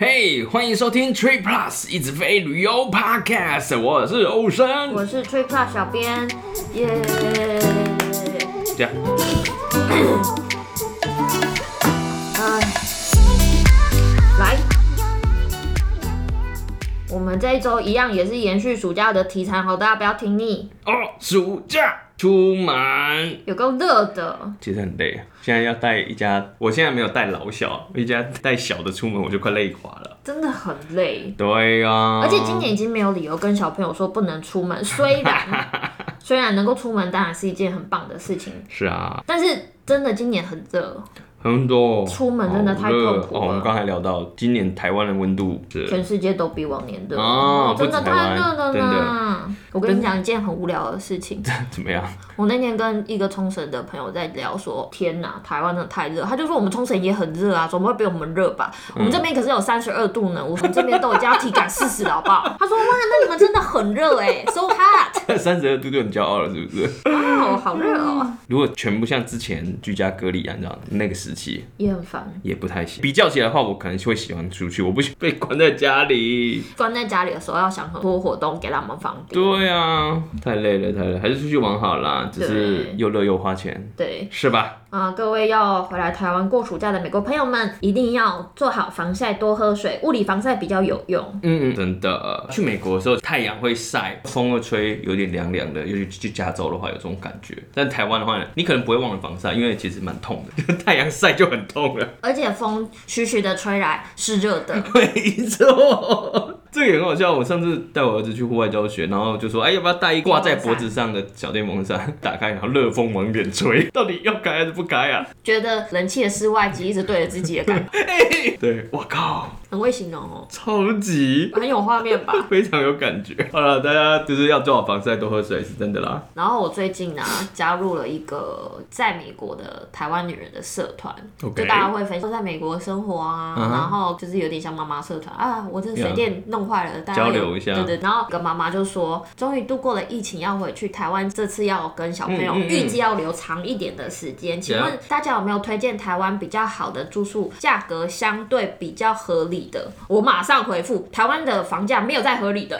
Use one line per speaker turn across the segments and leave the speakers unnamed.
嘿欢迎收听 Tree Plus 一直飞旅游 Podcast，我是欧生。
我是 Trip Plus 小编，耶、
这样，
哎，来，我们这一周一样也是延续暑假的题材，好，大家不要听腻，
哦，暑假出门，
有够热的，
其实很累。啊现在要带一家，我现在没有带老小，一家带小的出门，我就快累垮了。
真的很累。
对啊呀、
而且今年已经没有理由跟小朋友说不能出门，虽然虽然能够出门当然是一件很棒的事情，
是啊，
但是真的今年很热，
很多
出门真的太
好热
痛苦了
哦。我们刚才聊到，今年台湾的温度是
全世界都比往年热，
哦
真的
不止台
太
湾
热了
真
呢。我跟你讲一件很无聊的事情，
怎么样？
我那天跟一个冲绳的朋友在聊说，天哪，台湾真的太热。他就说我们冲绳也很热啊，总不会比我们热吧？我们这边可是有三十二度呢，我们这边都已经要体感四十了，好不 好？他说哇，那你们真的很热哎、s o hot，
三十二度就很骄傲了，是不是？
哦，好热哦，
如果全部像之前居家隔离一样，你知道那个时期，
也很烦。
也不太行。比较起来的话，我可能会喜欢出去，我不喜被关在家里。
关在家里的时候要想很多活动给他们方便。
对啊，太累了，太累了，还是出去玩好啦。只是
对
又热又花钱，
对
是吧？
啊、各位要回来台湾过暑假的美国朋友们，一定要做好防晒，多喝水，物理防晒比较有用。
嗯嗯，真的。去美国的时候，太阳会晒，风会吹，有点凉凉的。尤其去加州的话，有这种感觉。但台湾的话呢，你可能不会忘了防晒，因为其实蛮痛的， 太阳晒就很痛了。
而且风徐徐的吹来是热的，
没错，这个也很好笑。我上次带我儿子去户外教学，然后就说：“哎，要不要带一挂在脖子上的小电风扇？打开，然后热风往脸吹，到底要开还是不开 啊
觉得冷气的室外机一直对着自己的感觉，？”
对，我哎靠，
很会形容哦，
超级。
很有画面吧。
非常有感觉。好了，大家就是要做好防晒，多喝水是真的啦。
然后我最近呢、加入了一个在美国的台湾女人的社团
OK
就大家会分享在美国的生活啊
嗯哼
然后就是有点像妈妈社团啊，我这水电弄坏了大家
交
有
流一下
对对。然后跟妈妈就说，终于度过了疫情，要回去台湾，这次要跟小朋友
嗯嗯嗯
预计要留长一点的时间。请问大家有没有推荐台湾比较好的住宿，价格相对比较合理的？我马上回复，台湾的房价没有再合理的，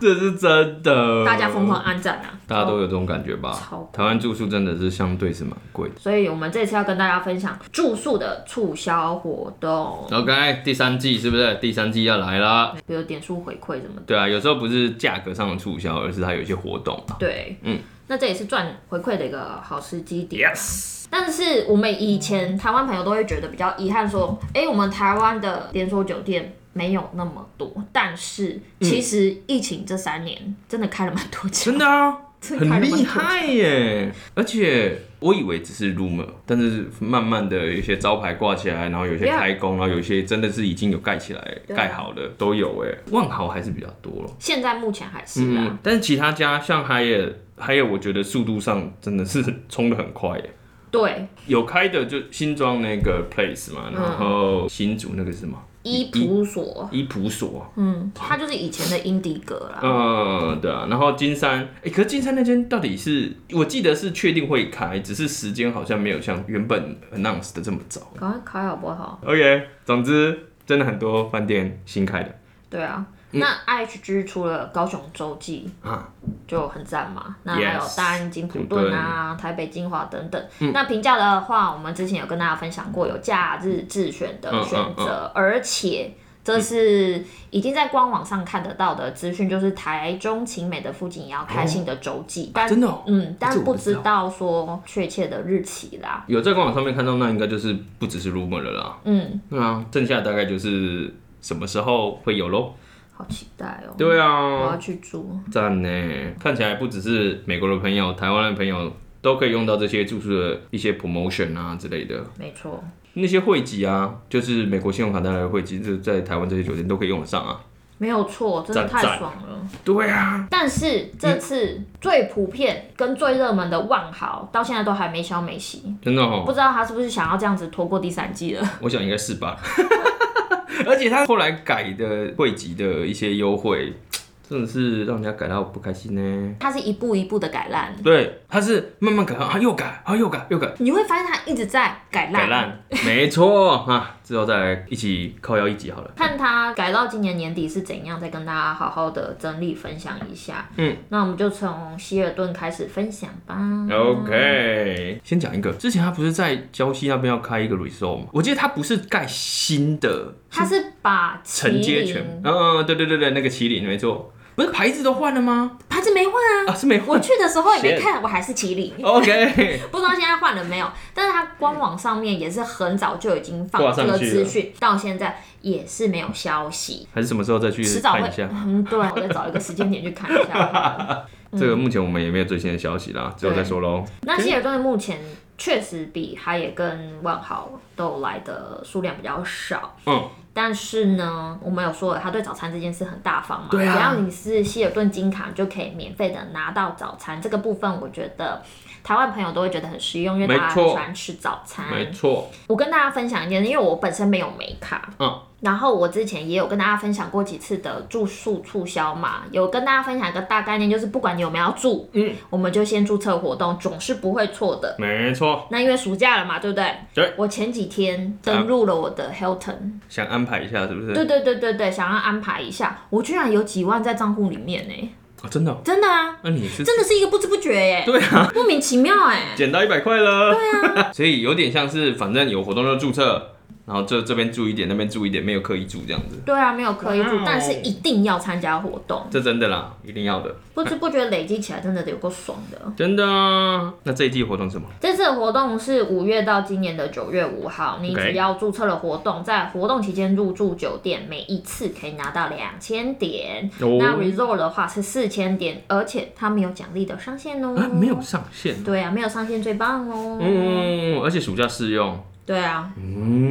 这是真的，
大家疯狂，按赞啊！
大家都有这种感觉吧
超？
台湾住宿真的是相对是蛮贵的。
所以我们这次要跟大家分享住宿的促销活动，
OK，第三季是不是？第三季要来啦。
比如点数回馈什么的。
对啊，有时候不是价格上的促销，而是它有一些活动啊。
对，
嗯，
那这也是赚回馈的一个好时机点。嗯
Yes，
但是我们以前台湾朋友都会觉得比较遗憾，说，哎、我们台湾的连锁酒店没有那么多。但是其实疫情这三年真的开了蛮多家，
真的啊，
真的开
很
了蛮多
厉
家。
害耶！而且我以为只是 rumor，但是慢慢的有一些招牌挂起来，然后有些
Yeah
开工，然后有些真的是已经有盖起来、
对啊
盖好了，都有哎。万豪还是比较多咯。
现在目前还是啦，
嗯，但是其他家像海野，海野我觉得速度上真的是冲的很快耶。
对，
有开的就新庄那个 place 嘛，然后新竹那个是什么
伊普所，
伊普啊所，
嗯，它就是以前的英迪格啦。
嗯，对啊，然后金山，哎、可是金山那间到底是我记得是确定会开，只是时间好像没有像原本 announce 的这么早。
赶快开好不好？
OK，总之真的很多饭店新开的，
对啊，那 IHG 除了高雄洲际
嗯啊
就很赞嘛，那还有
Yes，嗯
大安金普顿啊、台北精华等等。那评价的话，我们之前有跟大家分享过，有假日自选的
嗯
选择，而且。这是已经在官网上看得到的资讯，就是台中晴美的附近也要开新的洲际，但
真的哦
嗯，但
这我不
不
知
知
道
道说确切的日期啦。
有在官网上面看到，那应该就是不只是 rumor 了啦。
嗯，
那、啊、剩下大概就是什么时候会有喽？
好期待哦！
对
我
啊
要，去住。
赞呢！看起来不只是美国的朋友，台湾的朋友都可以用到这些住宿的一些 promotion 啊之类的。
没错，
那些汇集啊，就是美国信用卡带来的汇集，这在台湾这些酒店都可以用得上啊。
没有错，真的
赞
太
赞
爽了。
对啊，
但是这次最普遍跟最热门的万豪，到现在都还没消没息，
真的
不
哦，
知道他是不是想要这样子拖过第三季了？
我想应该是吧。 而且他后来改的汇集的一些优惠，真的是让人家改到不开心呢。
它是一步一步的改烂，
对，他是慢慢改，啊又改，啊又改，又改，
你会发现它一直在改
摆
烂，
烂，没错啊，之后再来一起靠腰一集好了。
看他改到今年年底是怎样，再跟大家好好的整理分享一下。
嗯，
那我们就从希尔顿开始分享吧。
OK，先讲一个，之前他不是在礁溪那边要开一个 resort 吗？我记得他不是盖新的
他是把麒
承接权
麟，，
嗯嗯，对对对对，那个麒麟没错，不是牌子都换了吗？
牌子没换啊。
啊，是没
我
换。
去的时候也没
Shit
看，我还是麒麟，
OK，
不知道现在换了没有。但是它官网上面也是很早就已经放
挂
这
上
个
去
资
了
讯，到现在也是没有消息，
还是什么时候再去
迟早
看
会
一下。
嗯，对，我再找一个时间点去看一 下。嗯
这个目前我们也没有最新的消息啦，之后再说喽。
那希尔顿目前确实比哈也跟万豪都来的数量比较少。
嗯，
但是呢，我们有说了，他对早餐这件事很大方嘛。
对啊
只要你是希尔顿金卡，你就可以免费的拿到早餐。这个部分我觉得台湾朋友都会觉得很实用，因为
没
大家很
错
喜欢吃早餐。
没错，
我跟大家分享一件，因为我本身没有美卡，
嗯，
然后我之前也有跟大家分享过几次的住宿促销嘛，有跟大家分享一个大概念，就是不管你有没有要住，嗯，我们就先注册活动，总是不会错的。
没错，
那因为暑假了嘛，对不对？
对。啊
我前几天登录了我的 Hilton，、
想安排一下是不是？
对对对对对，想要安排一下，我居然有几万在账户里面呢、
啊，真的哦？
真的啊，
那你是
真的是一个不知不觉耶、
对啊，
莫名其妙哎、
捡到一百块了。对 啊，所以有点像是反正有活动就注册，然后这这边注一点，那边注一点，没有刻意注这样子。
对啊，没有刻意
哇
住
哦，
但是一定要参加活动。
这真的啦，一定要的，
不知不觉累积起来，真的有够爽的。
真的啊。那这一季活动是什么？
这次的活动是五月到今年的九月五号，你
OK
只要注册了活动，在活动期间入住酒店，每一次可以拿到两千点。
哦
那 resort 的话是四千点，而且它没有奖励的上限哦、
啊，没有。上限。
对啊，没有上限最棒哦、
嗯，而且暑假适用。
对啊，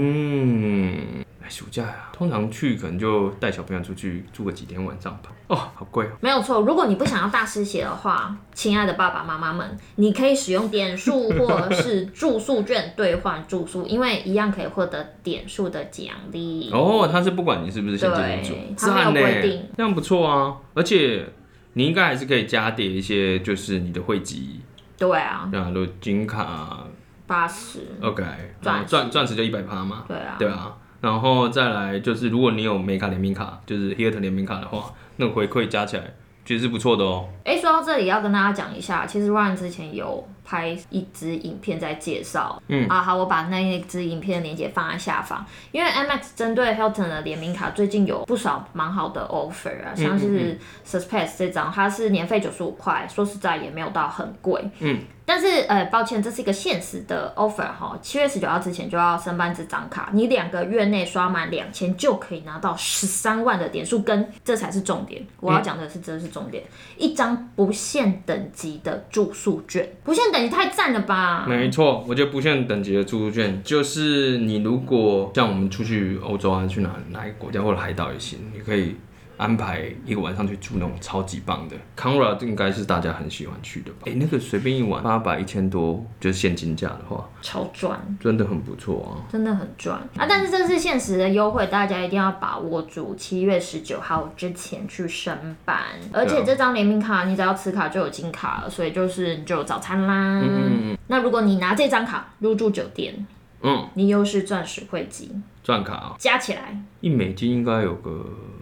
嗯，哎暑假呀、通常去可能就带小朋友出去住个几天晚上吧。哦，好贵哦。
没有错。如果你不想要大失血的话，亲爱的爸爸妈妈们，你可以使用点 数或者是住宿券兑换住宿，因为一样可以获得点数的奖励。
哦，他是不管你是不是先进组
对，他没有
赞呢
规定，
这样不错啊。而且你应该还是可以加叠一些，就是你的汇集，
对啊，
啊，如金卡
八十，
，OK，
钻
然
石
后钻钻石就一百趴嘛，
对啊，
嗯对啊。然后再来就是，如果你有美卡联名卡，就是 Hilton 联名卡的话，那个回馈加起来其实是不错的哦。
哎、说到这里要跟大家讲一下，其实 Ryan 之前有拍一支影片在介绍，嗯啊，好，我把那一支影片的链接放在下方，因为 MX 针对 Hilton 的联名卡最近有不少蛮好的 offer 啊，像是 Suspense 这张，它是年费九十五块，说实在也没有到很贵，嗯。但是，呃，抱歉，这是一个限时的 offer 哈，七月十九号之前就要申办这张卡，你两个月内刷满两千就可以拿到十三万的点数跟，这才是重点，我要讲的是，这是重点，一张不限等级的住宿券，不限等级太赞了吧？
没错，我觉得不限等级的住宿券，就是你如果哦像我们出去欧洲啊，去哪哪一个国家或者海岛也行，你可以安排一个晚上去住那种超级棒的。Conrad 应该是大家很喜欢去的吧？哎、那个随便一晚八百一千多，就是现金价的话，
超赚，
真的很不错啊。
真的很赚啊！但是这是限时的优惠，大家一定要把握住，七月十九号之前去申办。而且这张联名卡，你只要持卡就有金卡了，所以就是你就有早餐啦。嗯嗯那如果你拿这张卡入住酒店，
嗯，
你又是钻石汇集，
钻卡啊，
加起来，
一美金应该有个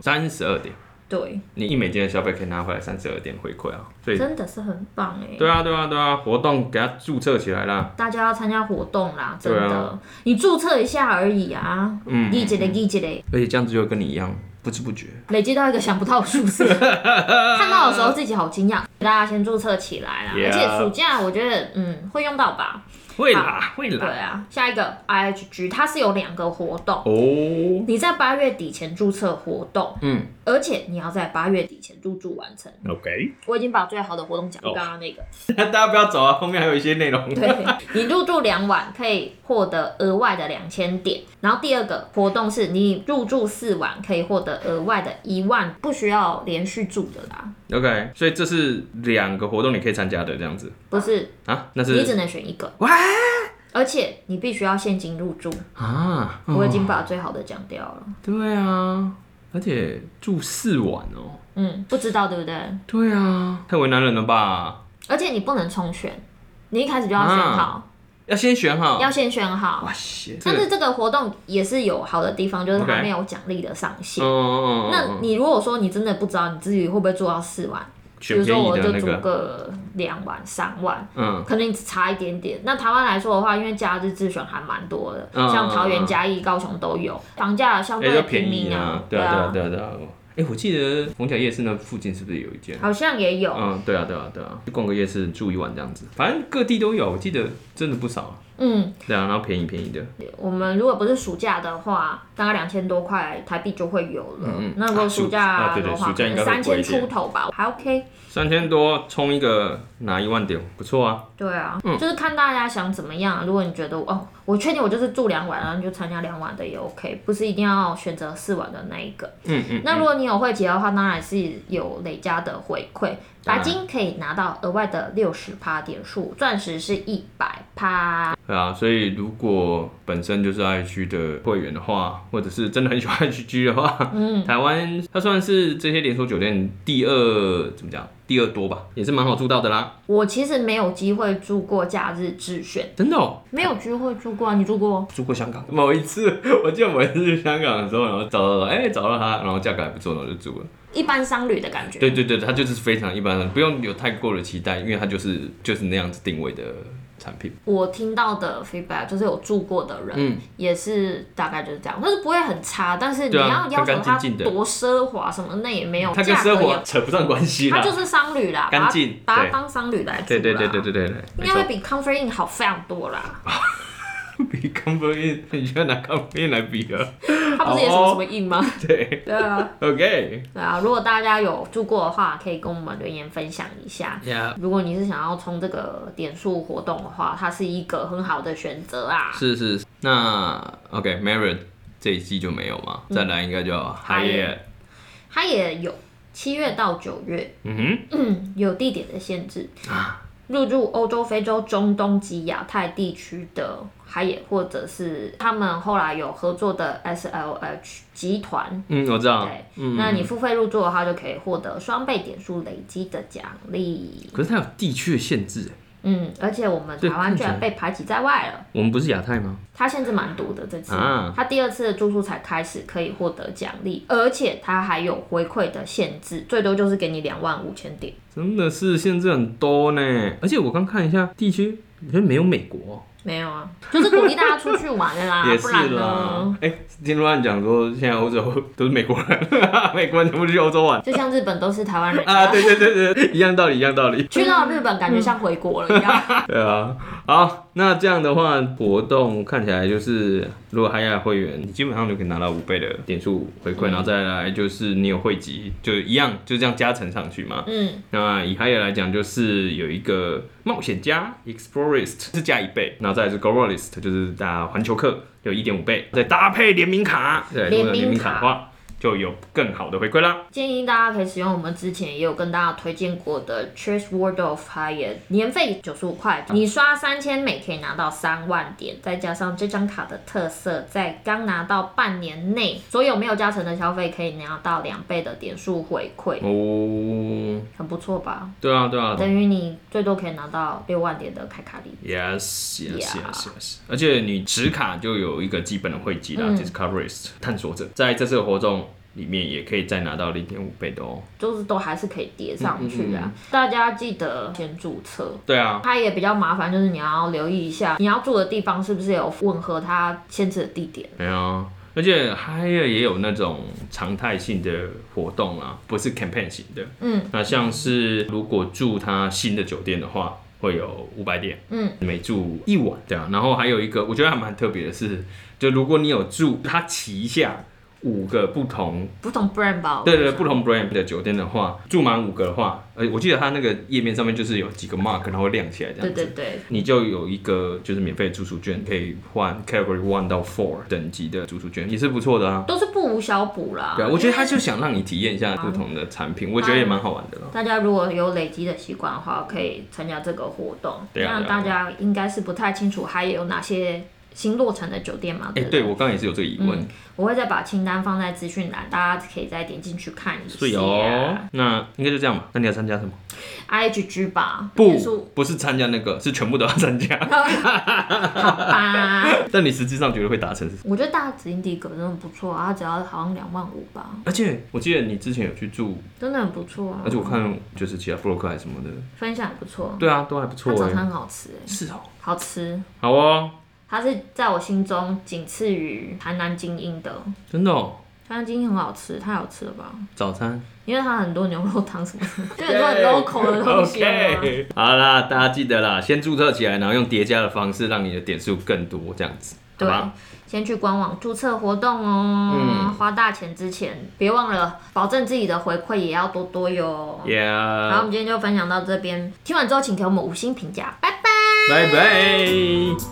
三十二点，
对，
你一美金的消费可以拿回来三十二点回馈啊。所以，
真的是很棒哎、
对啊，对啊，对啊，活动给它注册起来啦。
大家要参加活动啦，真
对
的，
啊
你注册一下而已啊，嗯，一级的，一级的，
而且这样子就跟你一样，不知不觉。
累积到一个想不到的数 字，看到的时候自己好惊讶。大家先注册起来啦
Yeah
而且暑假我觉得嗯会用到吧。
会啦，会
对
啦。
啊，下一个 IHG 它是有两个活动，
哦，
你在八月底前注册活动，
嗯
而且你要在八月底前入住完成。
，OK，
我已经把最好的活动
哦
讲，刚刚那个，
大家不要走啊，后面还有一些内容。
对你入住两晚可以获得额外的两千点，然后第二个活动是你入住四晚可以获得额外的一万，不需要连续住的啦，
OK，所以这是两个活动你可以参加的这样子
不是
啊，那
你只
是
能选一个，而且你必须要现金入住。
啊，
我已经把最好的讲掉了，
对啊，而且住四晚哦，
嗯，不知道对不对？
对啊，太为难人了吧？
而且你不能重选，你一开始就要选好，
要先选好。
要先选好。
啊哇塞，这
但
个
是这个活动也是有好的地方，就是它
OK
没有奖励的上限。
嗯，
那你如果说你真的不知道你自己会不会做到四万，比
选
如
便
说
宜
我
的
就
那
租
个，
个两万、三万，
嗯，
可能差一点点。那台湾来说的话，因为假日自选还蛮多的，
嗯
像桃
嗯
园、
嗯
嘉义、高雄都有，房价相
哎，
对
要
平
便宜
民
啊，对
对
啊，对啊，对啊，对啊。哎，我记得逢甲夜市那附近是不是有一间？
好像也有，
嗯，对啊，对啊，对啊，去逛个夜市住一晚这样子，反正各地都有，我记得真的不少啊。
嗯，
对啊，然后便宜便宜的，
我们如果不是暑假的话，大概两千多块台币就会有了。
嗯嗯
那如果
啊暑
暑
啊
假
对对
的话，
暑假应该会
三
贵一
千
点
出头吧，还 OK。
三千多充一个拿一万点，不错啊。
对啊，就是看大家想怎么样。如果你觉得哦，我确定我就是住两晚，然后你就参加两晚的也 OK，不是一定要选择四晚的那一个。
嗯嗯，
那如果你有会籍的话，当然是有累加的回馈，
当然
白金可以拿到额外的六十趴点数，钻石是一百趴。
对啊，所以如果本身就是爱区的会员的话，或者是真的很喜欢 爱区居的话，嗯， 台湾它算是这些连锁酒店第二怎么讲，第二多吧，也是蛮好住到的啦。
我其实没有机会住过假日自选，
真的哦，
没有机会住过啊，你住过？
住过香港某一次，我记得某一次去香港的时候，然后找到哎、找到它，然后价格还不错，然后就住了。
一般商旅的感觉。
对对对，它就是非常一般的，不用有太过的期待，因为它就是就是那样子定位的产品。
我听到的 feedback 就是有住过的人，
嗯
也是大概就是这样，就是不会很差，但是你
对
要
啊
要求
干干
它
净净的
多奢华什么，那也没有，
它跟
哦价格
生活
也，
扯不上关系
它
啦。
就是商旅啦，
干净
把它把
对
它当商旅来住啦
对对对对对对对，没
应该
错
会。比 Comfort Inn 好非常多啦，
比 Comfort In，你就要拿 Comfort In 来比啊了。
它不是也什么什么 Inn 吗？
哦 对
对啊，
，OK，
对啊，如果大家有住过的话，可以跟我们留言分享一下。
呀、
如果你是想要冲这个点数活动的话，它是一个很好的选择啊。
是是，那 OK，Marriott、这一季就没有嘛，再来应该就 h y a
嗯 Hyatt 它也有七月到九月，
嗯
嗯，有地点的限制，
哼啊，
入住欧洲、非洲、中东及亚太地区的海野，或者是他们后来有合作的 SLH 集团。
嗯，我知道
对，，
嗯，
那你付费入住的话，就可以获得双倍点数累积的奖励。
可是它有地区的限制，
嗯，而且我们
对
台湾居然
看
被排挤在外了，
我们不是亚太吗？
它限制蛮多的这次
啊。
它第二次的住宿才开始可以获得奖励，而且它还有回馈的限制，最多就是给你两万五千点。
真的是限制很多呢，而且我刚看一下地区，好像没有美国哦、
没有啊，就是鼓励大家出去玩的 啦，
也
啊不
是
然
啦
呢？。
哎、听说你讲说现在欧洲都是美国人， 美国人全部去欧洲玩
就像日本都是台湾人
啊，对对对对，一样道理，一样道理。
去到日本感觉像回国了一样。
对啊，好，那这样的话，活动看起来就是，如果海雅会员，你基本上就可以拿到五倍的点数回
嗯
馈，然后再来就是你有会籍，就一样，就这样加成上去嘛。
嗯，
那以海雅来讲，就是有一个冒险家 （Explorist） 是加一倍，然后再来是 Globalist，就是大家环球客有一点五倍，再搭配联名卡，对，如果有联名卡的话，就有更好的回馈啦。
建议大家可以使用我们之前也有跟大家推荐过的 Chase World of Hyatt，年费九十五块，你刷三千美可以拿到三万点，再加上这张卡的特色，在刚拿到半年内，所有没有加成的消费可以拿到两倍的点数回馈，
哦，
很不错吧？
对啊，对啊，
等于你最多可以拿到六万点的开卡礼。
Yes, yes,
Yeah.
yes, yes. 而且你持卡就有一个基本的会籍啦、d i s c o v e r i s t 探索者，在这次的活动里面也可以再拿到零点五倍的哦。
就是都还是可以叠上去啊。大家记得先注册。
对啊，
它也比较麻烦，就是你要留意一下，你要住的地方是不是有吻合它限制的地点。
没有。啊而且 Higher 也有那种常态性的活动啊，不是 campaign 型的。
嗯，
那像是如果住它新的酒店的话，会有五百点。
嗯，
每住一晚这样。然后还有一个我觉得还蛮特别的是，就如果你有住它旗下五个不同
不同 brand 吧，
对对，不同 brand 的酒店的话，住满五个的话，呃，我记得它那个页面上面就是有几个 mark，然后会亮起来这
对
样子。
对对，
你就有一个就是免费的住宿券，可以换 category one 到 four 等级的住宿券，也是不错的啊。
都是不无小补啦。
对啊，我觉得他就想让你体验一下不同的产品，我觉得也蛮好玩的啦。
大家如果有累积的习惯的话，可以参加这个活动。
对啊
那
对啊
大家应该是不太清楚还有哪些新落成的酒店嘛，
哎、
对不
对我刚刚也是有这个疑问，
我会再把清单放在资讯栏，大家可以再点进去看一下。啊
所以哦，那应该就这样吧。那你要参加什么？
IHG 吧，
不
结 束，
不是参加那个，是全部都要参加。
吧。
但你实际上觉得会达成是什么？
我觉得大紫英迪格真的不错啊，它只要好像两万五吧，
而且我记得你之前有去住，
真的很不错啊
而，且我看就是其他布洛克还是什么的，
分享也不错，
对啊，都还不
它
错
早
哎、
餐很好吃欸，
是哦，
好吃。
好哦，
它是在我心中仅次于台南精英的，
真的哦，
台南精英很好吃，太好吃了吧？
早餐。
因为它很多牛肉汤什么 的，就很多很 local 的东 西啊。
OK，好啦，大家记得啦，先注册起来，然后用叠加的方式让你的点数更多，这样子，好
对
吧？，嗯
先去官网注册活动哦。花大钱之前，别忘了保证自己的回馈也要多多哟。好，我
Yeah，
们今天就分享到这边，听完之后请给我们五星评价，拜拜。
拜拜。